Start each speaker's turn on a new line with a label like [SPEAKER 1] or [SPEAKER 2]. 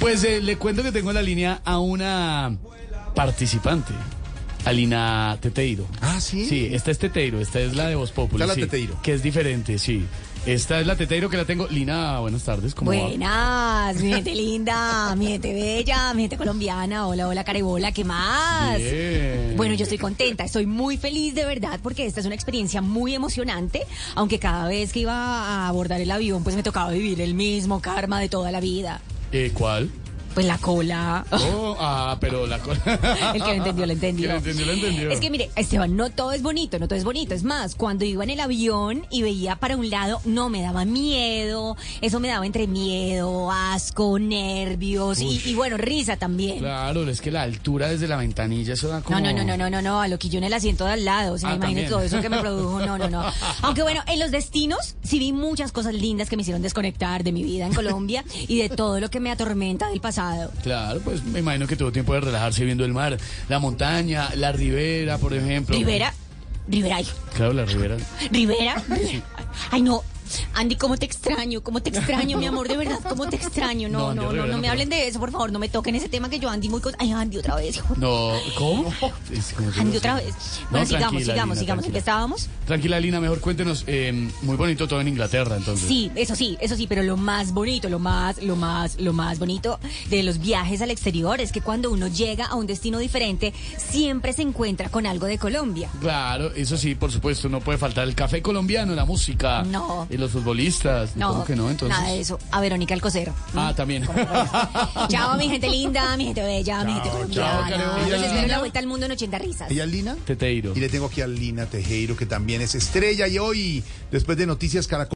[SPEAKER 1] Pues eh, le cuento que tengo en la línea a una participante. Alina Teteiro.
[SPEAKER 2] Ah, ¿sí?
[SPEAKER 1] Sí, esta es Teteiro, esta es la de Voz Populi.
[SPEAKER 2] Esta es la
[SPEAKER 1] sí,
[SPEAKER 2] Teteiro.
[SPEAKER 1] Que es diferente, sí. Esta es la Teteiro que la tengo. Lina, buenas tardes, ¿cómo va?
[SPEAKER 3] Buenas, mi gente linda, mi gente bella, mi gente colombiana, hola, hola, carebola, ¿qué más?
[SPEAKER 1] Bien.
[SPEAKER 3] Bueno, yo estoy contenta, estoy muy feliz de verdad porque esta es una experiencia muy emocionante, aunque cada vez que iba a abordar el avión pues me tocaba vivir el mismo karma de toda la vida.
[SPEAKER 1] Eh, ¿Cuál?
[SPEAKER 3] Pues la cola.
[SPEAKER 1] Oh, ah, pero la cosa.
[SPEAKER 3] El que lo entendió, lo entendió.
[SPEAKER 1] El que lo entendió, lo entendió.
[SPEAKER 3] Es que mire, Esteban, no todo es bonito, no todo es bonito. Es más, cuando iba en el avión y veía para un lado, no me daba miedo. Eso me daba entre miedo, asco, nervios y, y bueno, risa también.
[SPEAKER 1] Claro, es que la altura desde la ventanilla, eso da como.
[SPEAKER 3] No, no, no, no, no, no, no, a lo que yo en el asiento de al lado, o sea,
[SPEAKER 1] Ah,
[SPEAKER 3] imagínate
[SPEAKER 1] también.
[SPEAKER 3] todo eso que me produjo, no, no, no. Aunque bueno, en los destinos sí vi muchas cosas lindas que me hicieron desconectar de mi vida en Colombia y de todo lo que me atormenta del pasado.
[SPEAKER 1] Claro, pues me imagino que tuvo tiempo de relajarse viendo el mar, la montaña, la ribera, por ejemplo.
[SPEAKER 3] Rivera, Rivera, ay,
[SPEAKER 1] Claro, la ribera.
[SPEAKER 3] Rivera. Ay, no. Andy, ¿cómo te extraño? ¿Cómo te extraño, mi amor? De verdad, ¿cómo te extraño?
[SPEAKER 1] No,
[SPEAKER 3] No,
[SPEAKER 1] Andy
[SPEAKER 3] no, no,
[SPEAKER 1] Rivera,
[SPEAKER 3] no,
[SPEAKER 1] no,
[SPEAKER 3] me
[SPEAKER 1] pero-
[SPEAKER 3] hablen de eso, por favor. No me toquen ese tema que yo, Andy, muy... cos- Ay, Andy, otra vez. hijo.
[SPEAKER 1] No, ¿cómo? Es como que no
[SPEAKER 3] Andy,
[SPEAKER 1] sé.
[SPEAKER 3] otra vez. Bueno,
[SPEAKER 1] No, tranquila,
[SPEAKER 3] sigamos, sigamos,
[SPEAKER 1] Lina,
[SPEAKER 3] sigamos. ¿En
[SPEAKER 1] tranquila.
[SPEAKER 3] qué estábamos?
[SPEAKER 1] Tranquila, Lina, mejor cuéntenos. eh, muy bonito todo en Inglaterra, entonces.
[SPEAKER 3] Sí, eso sí, eso sí, pero lo más bonito, lo más, lo más, lo más bonito de los viajes al exterior es que cuando uno llega a un destino diferente, siempre se encuentra con algo de Colombia.
[SPEAKER 1] Claro, eso sí, por supuesto, no puede faltar el café colombiano, la música.
[SPEAKER 3] No.
[SPEAKER 1] Y los futbolistas.
[SPEAKER 3] No,
[SPEAKER 1] ¿Cómo que no, entonces?
[SPEAKER 3] nada de eso. A Verónica Alcocero.
[SPEAKER 1] Ah, también.
[SPEAKER 3] Chao, mi gente linda, mi gente bella, mi gente colombiana.
[SPEAKER 2] chao, Carolina.
[SPEAKER 3] Los espero en la vuelta al mundo en 80 risas.
[SPEAKER 2] Ella es Lina.
[SPEAKER 1] Teteiro.
[SPEAKER 2] Y le tengo aquí a Lina Tejero, que también es estrella. Y hoy, después de Noticias Caracol.